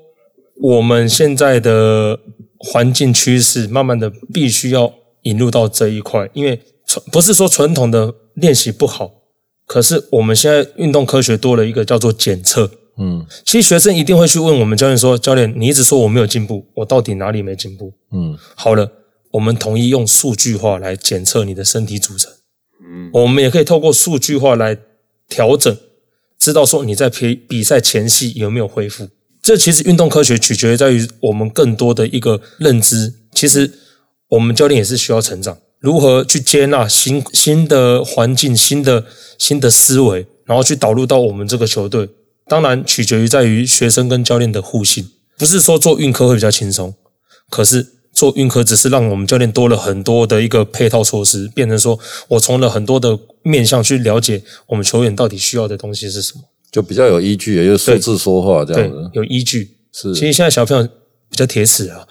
S4: 我们现在的环境趋势，慢慢的必须要引入到这一块，因为传不是说传统的练习不好，可是我们现在运动科学多了一个叫做检测。
S1: 嗯
S4: 其实学生一定会去问我们教练说：“教练，你一直说我没有进步，我到底哪里没进步
S1: 嗯？”
S4: 好了，我们统一用数据化来检测你的身体组成。嗯，我们也可以透过数据化来调整，知道说你在比比赛前夕有没有恢复。这其实运动科学取决于在于我们更多的一个认知。其实我们教练也是需要成长，如何去接纳新新的环境、新的新的思维，然后去导入到我们这个球队。当然，取决于在于学生跟教练的互信。不是说做运科会比较轻松，可是做运科只是让我们教练多了很多的一个配套措施，变成说我从了很多的面向去了解我们球员到底需要的东西是什么，
S1: 就比较有依据，也就是数字说话这样
S4: 对
S1: 子，。
S4: 有依据。
S1: 是
S4: 其实现在小朋友比较铁齿啊，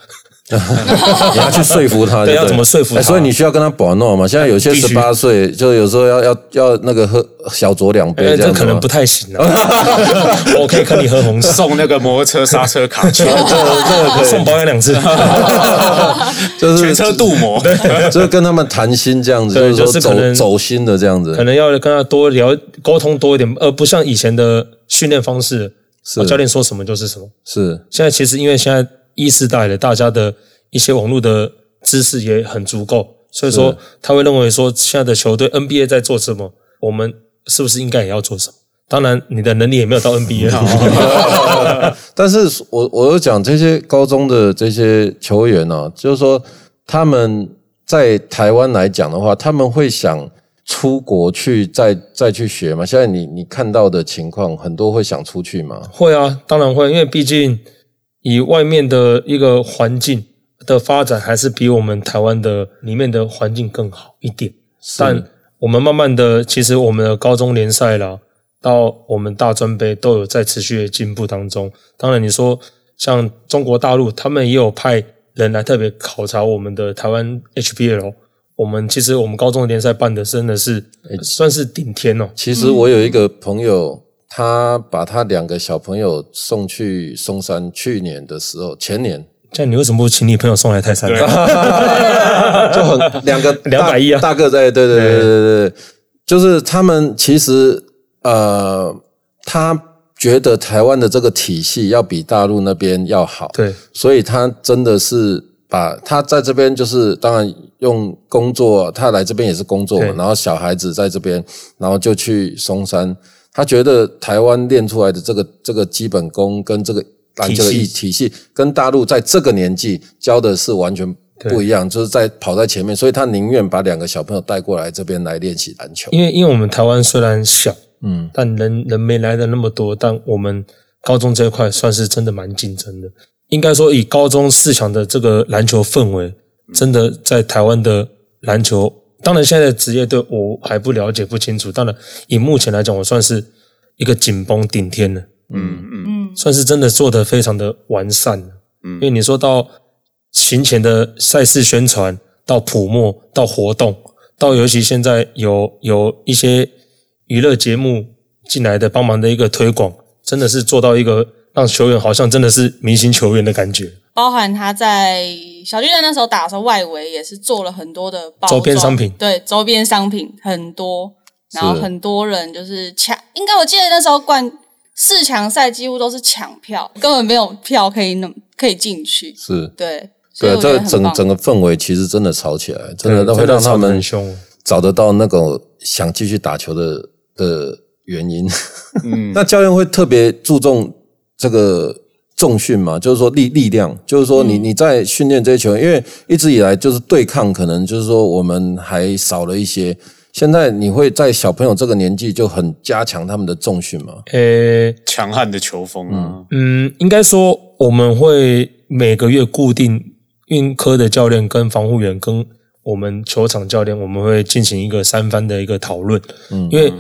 S1: 你要去说服他，
S4: 对
S1: 不
S4: 要怎么说服他
S1: 哎所以你需要跟他保诺嘛。现在有些
S4: 必须
S1: 十八岁，就有时候要要要那个喝小酌两杯
S4: 哎，
S1: 这样
S4: 这
S1: 子
S4: 可能
S1: 嘛
S4: 不太行啊。我可以看你喝红烧，
S2: 送那个摩托车刹车 卡钳，
S4: 送保养两次。
S1: 就是
S2: 全车镀膜。
S1: 就是跟他们谈心这样子，
S4: 对
S1: 就是说
S4: 就是可
S1: 走
S4: 能
S1: 走心的这样子
S4: 可。能要跟他多聊沟通多一点，而不像以前的训练方式，
S1: 是
S4: 哦教练说什么就是什么。
S1: 是
S4: 现在其实因为现在一世代了，大家的一些网络的知识也很足够，所以说他会认为说现在的球队 NBA 在做什么，我们是不是应该也要做什么？当然，你的能力也没有到 NBA 好，
S1: 但是我我有讲这些高中的这些球员啊，就是说他们在台湾来讲的话，他们会想出国去再再去学嘛。现在你你看到的情况，很多会想出去嘛。
S4: 会啊，当然会，因为毕竟以外面的一个环境的发展，还是比我们台湾的里面的环境更好一点。但我们慢慢的，其实我们的高中联赛啦，到我们大专杯都有在持续的进步当中。当然，你说像中国大陆，他们也有派人来特别考察我们的台湾 HBL。我们其实我们高中的联赛办的真的是算是顶天哦，
S1: 其实我有一个朋友，他把他两个小朋友送去松山，去年的时候，前年
S4: 这样你为什么不请你朋友送来泰山？
S1: 就很两个大
S4: 两百一啊
S1: 大个在对对对对对对，就是他们其实呃，他觉得台湾的这个体系要比大陆那边要好，
S4: 对，
S1: 所以他真的是把他在这边就是当然用工作，他来这边也是工作嘛
S4: 对，
S1: 然后小孩子在这边，然后就去松山，他觉得台湾练出来的这个这个基本功跟这个篮球的
S4: 体系
S1: 一体系跟大陆在这个年纪教的是完全不一样，就是在跑在前面，所以他宁愿把两个小朋友带过来这边来练习篮球。
S4: 因为因为我们台湾虽然小，
S1: 嗯，
S4: 但人人没来的那么多，但我们高中这一块算是真的蛮竞争的。应该说，以高中四强的这个篮球氛围，真的在台湾的篮球，当然现在的职业队我还不了解不清楚。当然，以目前来讲，我算是一个紧绷顶天了。
S3: 嗯，
S4: 算是真的做得非常的完善了。嗯，因为你说到行前的赛事宣传，到普墨，到活动，到尤其现在有有一些娱乐节目进来的帮忙的一个推广，真的是做到一个让球员好像真的是明星球员的感觉。
S3: 包含他在小巨蛋那时候打的时候，外围也是做了很多的包
S4: 周边
S3: 装
S4: 商品
S3: 对周边商品很多，然后
S1: 是
S3: 很多人就是抢，应该我记得那时候冠四强赛几乎都是抢票，根本没有票可以弄可以进去，
S1: 是。
S3: 对，所以
S1: 对，
S3: 我觉
S1: 这
S3: 得很
S1: 整
S3: 棒。
S1: 整个氛围其实真的吵起来，真的
S4: 对
S1: 都会
S4: 真的
S1: 让
S4: 吵
S1: 他
S4: 得
S1: 们
S4: 很凶
S1: 找得到那种想继续打球的的原因。
S4: 嗯
S1: 那教练会特别注重这个重训嘛，就是说力力量，就是说
S3: 嗯
S1: 你你在训练这些球员，因为一直以来就是对抗，可能就是说我们还少了一些。现在你会在小朋友这个年纪就很加强他们的重训嘛？
S4: 诶、
S2: 强悍的球风啊，
S4: 呃嗯，应该说我们会每个月固定运科的教练跟防护员跟我们球场教练，我们会进行一个三番的一个讨论，嗯，因为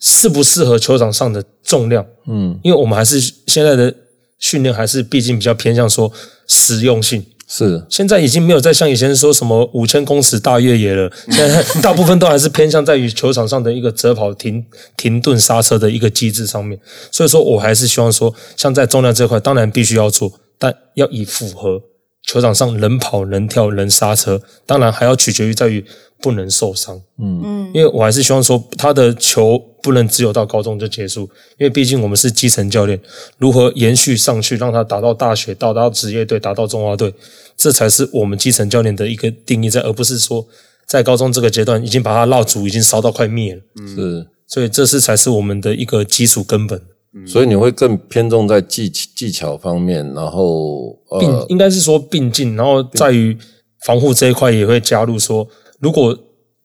S4: 适不适合球场上的重量，
S1: 嗯，
S4: 因为我们还是现在的训练还是毕竟比较偏向说实用性。
S1: 是
S4: 现在已经没有再像以前说什么五千公尺大越野了，现在大部分都还是偏向在于球场上的一个折跑、停停顿、刹车的一个机制上面。所以说我还是希望说，像在重量这块，当然必须要做，但要以符合球场上能跑、能跳、能刹车，当然还要取决于在于不能受伤。
S3: 嗯，
S4: 因为我还是希望说，他的球不能只有到高中就结束，因为毕竟我们是基层教练，如何延续上去，让他打到大学，打到职业队，打到中华队，这才是我们基层教练的一个定义在，而不是说在高中这个阶段已经把他蜡烛已经烧到快灭了，
S1: 是，
S4: 所以这是才是我们的一个基础根本，
S1: 所以你会更偏重在技技巧方面，然后
S4: 并、
S1: 呃，
S4: 应该是说并进，然后在于防护这一块也会加入说，如果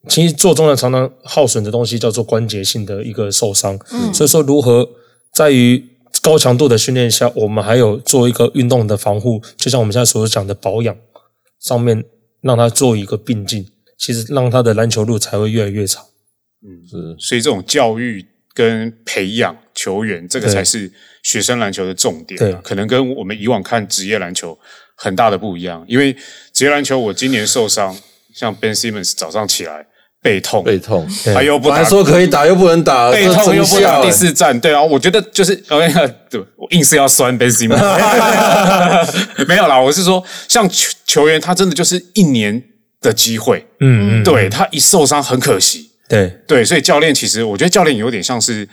S4: 其实做重量常常耗损的东西叫做关节性的一个受伤，所以说如何在于高强度的训练下，我们还有做一个运动的防护，就像我们现在所讲的保养上面，让它做一个并进，其实让他的篮球路才会越来越长。
S1: 是
S2: 所以这种教育跟培养球员，这个
S4: 对
S2: 才是学生篮球的重点、
S4: 对
S2: 啊。可能跟我们以往看职业篮球很大的不一样，因为职业篮球我今年受伤，像 Ben Simmons 早上起来背痛，
S1: 背 痛。
S2: 他又不
S1: 本来
S2: 打
S1: 说可以打又不能打，
S2: 背
S1: 这
S2: 痛
S1: 真
S2: 又不打
S1: 笑
S2: 第
S1: 欸
S2: 四战，对啊，我觉得就是呃，对我硬是要酸 Ben Simmons，没有啦，我是说，像球球员他真的就是一年的机会，
S4: 嗯嗯，
S2: 对他一受伤很可惜，
S4: 对
S2: 对，所以教练其实我觉得教练有点像是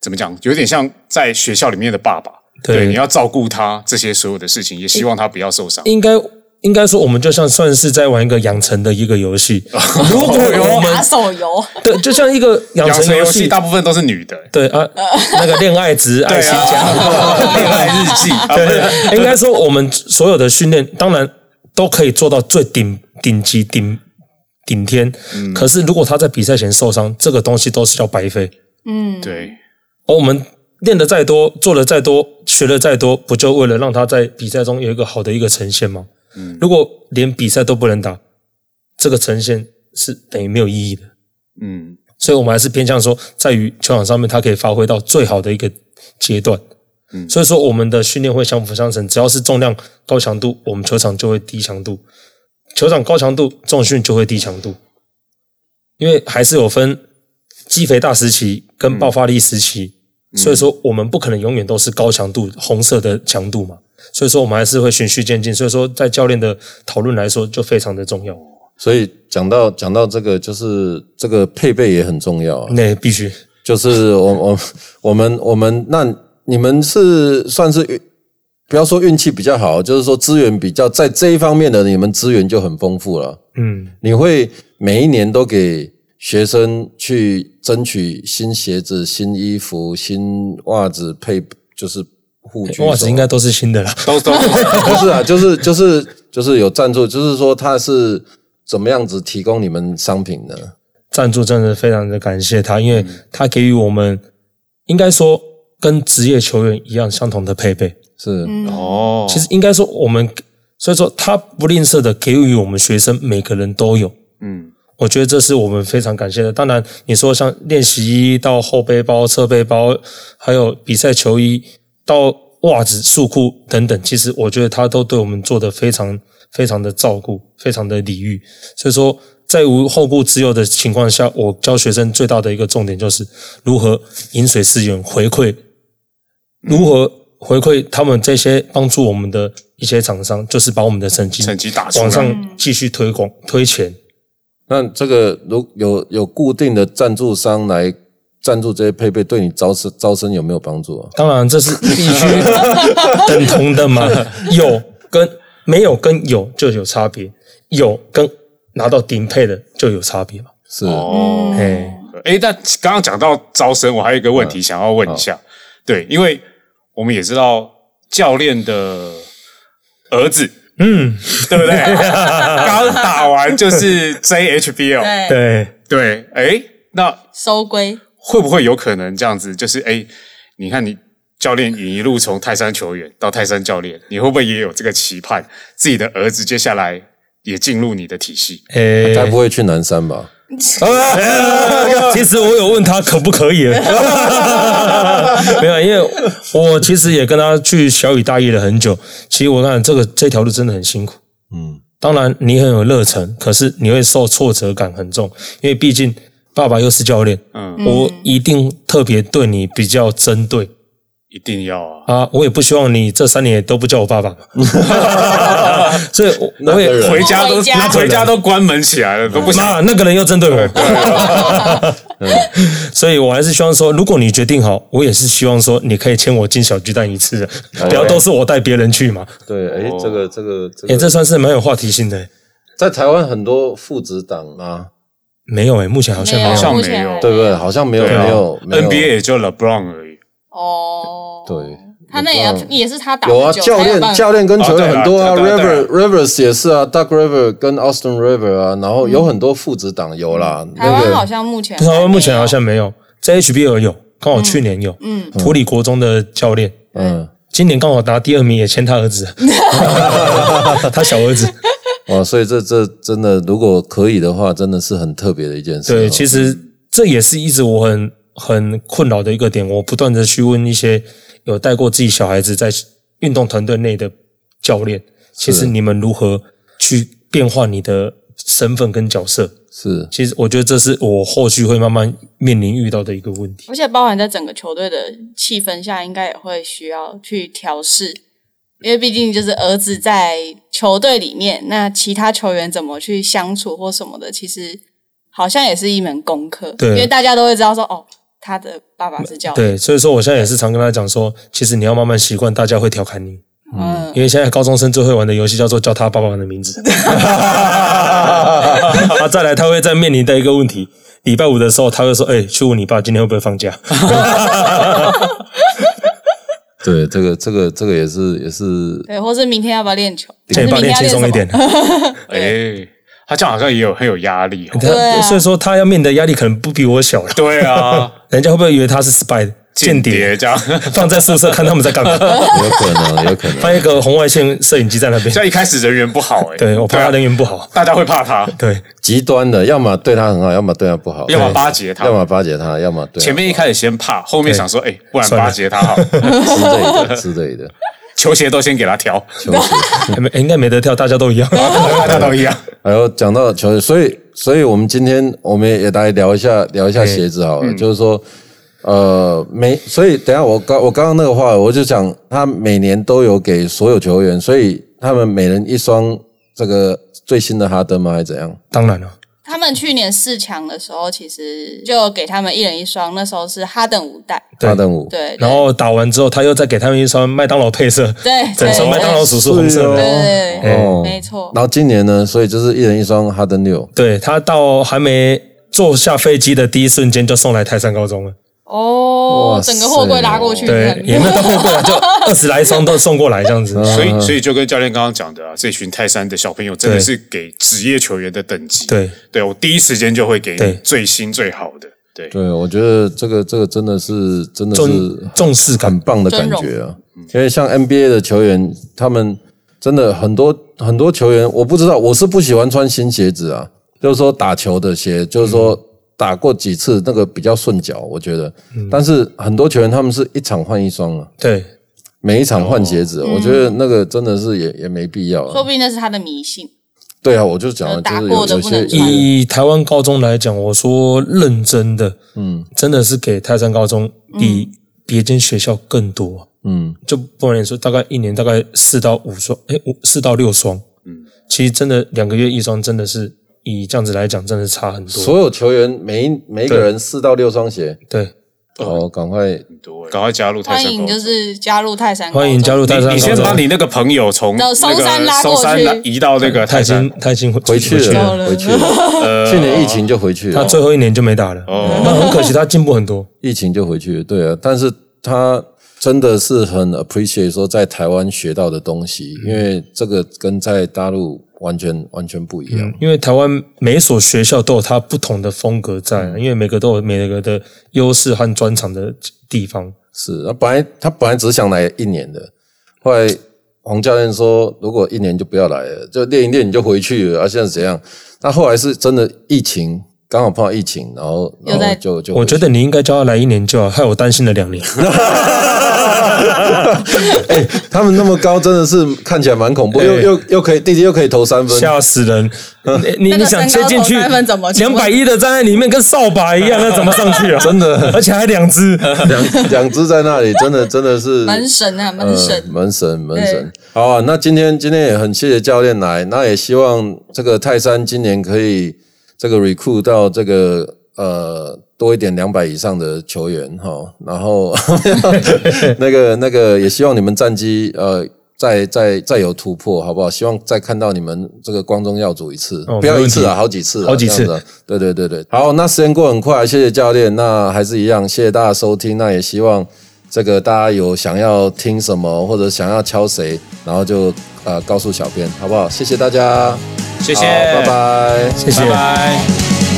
S2: 怎么讲，有点像在学校里面的爸爸。
S4: 对
S2: 你要照顾他这些所有的事情，也希望他不要受伤。
S4: 应该应该说，我们就像算是在玩一个养成的一个 游戏。如果我
S3: 打
S4: 们
S3: 手游，
S4: 对，就像一个养
S2: 哦养
S4: 成
S2: 成游
S4: 游
S2: 戏
S4: 戏，
S2: 大部啊分都是女的，
S4: 对啊，那个恋爱 值、爱情加，
S2: 恋爱日记，
S4: 对，哎应该说我们所有的训练，当然都可以做到最顶顶级顶顶天。可是如果他在比赛前受伤，这个东西都是叫白费。
S2: 对，
S4: 而我们练的再多，做的再多，学的再多，不就为了让他在比赛中有一个好的一个呈现吗？如果连比赛都不能打，这个呈现是等于没有意义的。
S2: 嗯，
S4: 所以我们还是偏向说，在于球场上面，它可以发挥到最好的一个阶段。嗯，所以说我们的训练会相辅相成，只要是重量高强度，我们球场就会低强度；球场高强度，重训就会低强度。因为还是有分肌肥大时期跟爆发力时期，所以说我们不可能永远都是高强度红色的强度嘛。所以说我们还是会循序渐进。所以说在教练的讨论来说，就非常的重要。
S1: 所以讲到讲到这个，就是这个配备也很重要啊。
S4: 那必须
S1: 就是我我我们我们那你们是算是运不要说运气比较好，就是说资源比较在这一方面的，你们资源就很丰富了。
S4: 嗯。
S1: 你会每一年都给学生去争取新鞋子、新衣服、新袜子配，就是护具什么。
S4: 袜子应该都是新的啦，
S2: 都都
S1: 不是啊， 就是就是就是有赞助，就是说他是怎么样子提供你们商品的？
S4: 赞助真的非常的感谢他，因为他给予我们应该说跟职业球员一样相同的配备。
S1: 是，
S4: 嗯
S2: 哦，
S4: 其实应该说我们，所以说他不吝啬的给予我们学生每个人都有。
S2: 嗯，
S4: 我觉得这是我们非常感谢的。当然，你说像练习衣到后背包、侧背包，还有比赛球衣到袜子、束裤等等，其实我觉得他都对我们做的非常非常的照顾，非常的礼遇。所以说，在无后顾之忧的情况下，我教学生最大的一个重点就是如何饮水思源，回馈如何回馈他们这些帮助我们的一些厂商，就是把我们的成绩
S2: 成绩打出来
S4: 往上继续推广推前。
S1: 那这个如有有固定的赞助商来赞助这些配备，对你招生招生有没有帮助啊？
S4: 当然，这是必须等同的嘛。有跟没有跟有就有差别，有跟拿到顶配的就有差别嘛。
S1: 是，
S2: 哦，
S4: 哎、
S2: 哎，那刚刚讲到招生，我还有一个问题想要问一下，对，因为我们也知道教练的儿子，
S4: 嗯，
S2: 对不对？刚打完就是 JHBL，
S3: 对，
S4: 对，
S2: 对，哎，那
S3: 收归
S2: 会不会有可能这样子？就是哎，你看你教练，你一路从泰山球员到泰山教练，你会不会也有这个期盼，自己的儿子接下来也进入你的体系？
S4: 哎、
S1: 该不会去南山吧？
S4: 其实我有问他可 不可以了，没有，因为我其实也跟他去小雨大意了很久。其实我看这个这条路真的很辛苦，
S1: 嗯，
S4: 当然你很有热忱，可是你会受挫折感很重，因为毕竟爸爸又是教练，
S2: 嗯，
S4: 我一定特别对你比较针对
S2: 一定要啊，
S4: 啊，我也不希望你这三年都不叫我爸爸， 所以我我也
S1: 那个人
S2: 回家都
S3: 回家
S2: 回家都关门起来了，都不想
S4: 妈那个人又针对我， 所以我还是希望说，如果你决定好，我也是希望说你可以牵我进小巨蛋一次的，不要都是我带别人去嘛。
S1: 对，哎，这个这个这
S4: 哎、这
S1: 个，
S4: 算是蛮有话题性的、
S1: 在台湾很多父子档啊，
S4: 没有哎、目前好像没有。
S2: 好像
S3: 目前
S2: 没有
S3: 还
S1: 对不对？好像没有
S2: 对啊
S1: 没有没有
S2: NBA 也就 LeBron 而已。
S3: 哦，
S1: 对，
S3: 他那也要
S1: 我不知道
S3: 也是他打
S1: 有啊，
S3: 很久
S1: 教
S3: 才有
S1: 练
S3: 办法
S1: 教练跟球员很多啊
S2: 哦对啊对啊对啊
S1: ，River Rivers 也是啊，Doug River 跟 Austin River 啊，然后有很多父子档有啦，
S3: 嗯台
S1: 那
S3: 湾好
S1: 个
S3: 像目前
S4: 台湾目
S3: 还
S4: 前
S3: 没有
S4: 好像没有，在 HBL 有，刚好去年有，
S3: 嗯，
S4: 普里国中的教练，
S1: 嗯，
S4: 今年刚好拿第二名，也签他 儿子， 他小儿子。
S1: 哇，哦所以这这真的如果可以的话，真的是很特别的一件事哦。
S4: 对，其实这也是一直我很很困扰的一个点。我不断的去问一些有带过自己小孩子在运动团队内的教练，其实你们如何去变换你的身份跟角色？
S1: 是
S4: 其实我觉得这是我后续会慢慢面临遇到的一个问题。
S3: 而且包含在整个球队的气氛下，应该也会需要去调试，因为毕竟就是儿子在球队里面，那其他球员怎么去相处或什么的，其实好像也是一门功课。
S4: 对
S3: 因为大家都会知道说，哦，他的爸爸是教练，
S4: 对，所以说我现在也是常跟他讲说，其实你要慢慢习惯，大家会调侃你，
S3: 嗯，
S4: 因为现在高中生最会玩的游戏叫做叫他爸爸的名字。啊，再来他会再面临的一个问题，礼拜五的时候他会说：“哎、去问你爸今天会不会放假
S1: 对，这个这个这个也是也是，
S3: 对，或是明天要不要练球？”
S4: 叫
S3: 或是
S4: 你爸
S3: 明天
S4: 练
S3: 要
S4: 轻
S3: 练什
S4: 松一
S3: 么
S4: 点。。
S2: 哎，他这样好像也有很有压力哦。
S3: 对啊
S4: 他 所以说他要面临的压力可能不比我小了。
S2: 对啊，
S4: 人家会不会以为他是 spy 间
S2: 间
S4: 谍，
S2: 谍这样，
S4: 放在宿舍看他们在 干嘛？
S1: 有可能有可能。
S4: 放一个红外线摄影机在那 边
S2: 像，一开始人缘不好哎，
S4: 对我怕他人缘不好
S2: 啊，。大家会怕他，
S4: 对，
S1: 极端的，要么对他很好，要么对他不好，
S2: 要么巴结他
S1: 要么巴结他，要么对他啊
S2: 前面一开始先怕，后面想说，哎，不然
S4: 算了
S2: 巴结他好，
S1: 之类的之类的。
S2: 球鞋都先给他挑，
S1: 球鞋，
S4: 哎没应该没得跳，大家都一样。
S2: 大家都一样。
S1: 还有哎讲到球鞋，所以所以我们今天我们也来聊一下聊一下鞋子好
S3: 嗯
S1: 了，就是说。呃，每所以等一下我刚我刚刚那个话，我就讲他每年都有给所有球员，所以他们每人一双这个最新的哈登吗？还是怎样？
S4: 当然了，
S3: 他们去年四强的时候，其实就给他们一人一双，那时候是哈登五代，
S4: 对
S1: 哈登五，
S3: 对，对
S4: 然后打完之后，他又再给他们一双麦当劳配色，
S3: 对对
S4: 整双麦当劳鼠是红
S1: 是
S4: 色的。
S1: 哦
S3: 对对
S1: 哦
S3: 没错
S1: 然后今年呢，所以就是一人一双哈登六，
S4: 对他到还没坐下飞机的第一瞬间就送来泰山高中了，
S3: 哦
S1: 哇，
S3: 整个货柜拉过去，
S4: 对，也没有到货柜，就二十来双都送过来这样子。
S2: 所以，所以就跟教练刚刚讲的啊，这群泰山的小朋友真的是给职业球员的等级。
S4: 对，
S2: 对我第一时间就会给
S4: 对
S2: 你最新最好的。对，
S1: 对，我觉得这个这个真的是真的
S4: 重
S1: 是
S4: 重视
S1: 很
S4: 感，
S1: 棒的感觉啊！因为像 NBA 的球员，他们真的很多很多球员，我不知道，我是不喜欢穿新鞋子啊，就是说打球的鞋，就是说打过几次那个比较顺脚，我觉得。但是很多球员他们是一场换一双啊，
S4: 对，
S1: 每一场换鞋子，我觉得那个真的是也也没必要
S3: 哦嗯说
S1: 啊。
S3: 不定那是他的迷信。
S1: 对啊，我就讲了，就
S3: 打
S1: 是
S3: 过
S1: 有
S3: 的
S1: 有
S3: 不能
S1: 些
S3: 穿
S4: 以台湾高中来讲，我说认真的，
S1: 嗯
S4: 真的是给泰山高中比别间学校更多。
S1: 嗯，
S4: 就不瞒你说，大概一年大概四到五双，哎，五四到六双。嗯，其实真的两个月一双，真的是以这样子来讲，真的差很多。
S1: 所有球员每一每一个人四到六双鞋，
S4: 对，
S1: 哦，赶快
S5: 很多欸
S2: 赶快加入泰
S3: 欢
S2: 山
S3: 迎
S2: 高
S3: 就
S2: 中。
S3: 是加入泰山高中，
S4: 欢迎加入泰山高
S2: 你
S4: 中。
S2: 你先把你那个朋友从那
S3: 到
S2: 个
S3: 松山拉
S2: 松
S3: 过去
S2: 山拉移到那个
S4: 他
S2: 泰
S4: 已经
S2: 山，
S4: 他已经
S1: 回去
S3: 了
S1: 了，回去了。
S2: 呃
S1: 去年疫情就回去
S4: 他
S1: 了，
S4: 最后一年就没打了。
S2: 哦
S4: 那很可惜，他进步很多。
S1: 疫情就回去了，对啊。但是他真的是很 appreciate 说在台湾学到的东西，
S4: 嗯
S1: 因为这个跟在大陆完全完全不一样。
S4: 因为台湾每所学校都有它不同的风格在，因为每个都有每个的优势和专长的地方。
S1: 是他本来他本来只想来一年的，后来黄教练说，如果一年就不要来了，就练一练你就回去了。啊，现在怎样？他后来是真的疫情，刚好碰到疫情，然后
S3: 又
S1: 然
S3: 在
S1: 后就就
S4: 我觉
S1: 得
S4: 得你应该叫他来一年就好，害我担心了 两年。
S1: 哎他们那么高，真的是看起来蛮恐怖，又又又可以弟弟又可以投三分，
S4: 吓死 人！你
S3: 那
S4: 你
S3: 个
S4: 你想切进去，
S3: 身高投三分怎么
S4: 两百一的站在里面跟扫把一样，那怎么上去 啊？真的，而且还两 只。
S1: 两两只在那里，真 的真的是
S3: 门神啊，门
S1: 呃
S3: 神，
S1: 门神，门
S3: 对
S1: 神。好啊，那今天今天也很谢谢教练来，那也希望这个泰山今年可以这个 recruit 到这个呃多一点两百以上的球员哈，然 后那个那个也希望你们战绩呃。再再再有突破，好不好？希望再看到你们这个光宗耀祖一次，
S4: 哦
S1: 不要
S4: 没
S1: 一
S4: 问题
S1: 次啊，好几次啊，
S4: 好几
S1: 这样
S4: 次
S1: 子啊对对对对，好，那时间过很快，谢谢教练。那还是一样，谢谢大家收听。那也希望这个大家有想要听什么，或者想要敲谁，然后就呃告诉小编，好不好？谢谢大家，
S2: 谢谢，
S1: 好拜拜，
S4: 谢谢。
S2: 拜拜。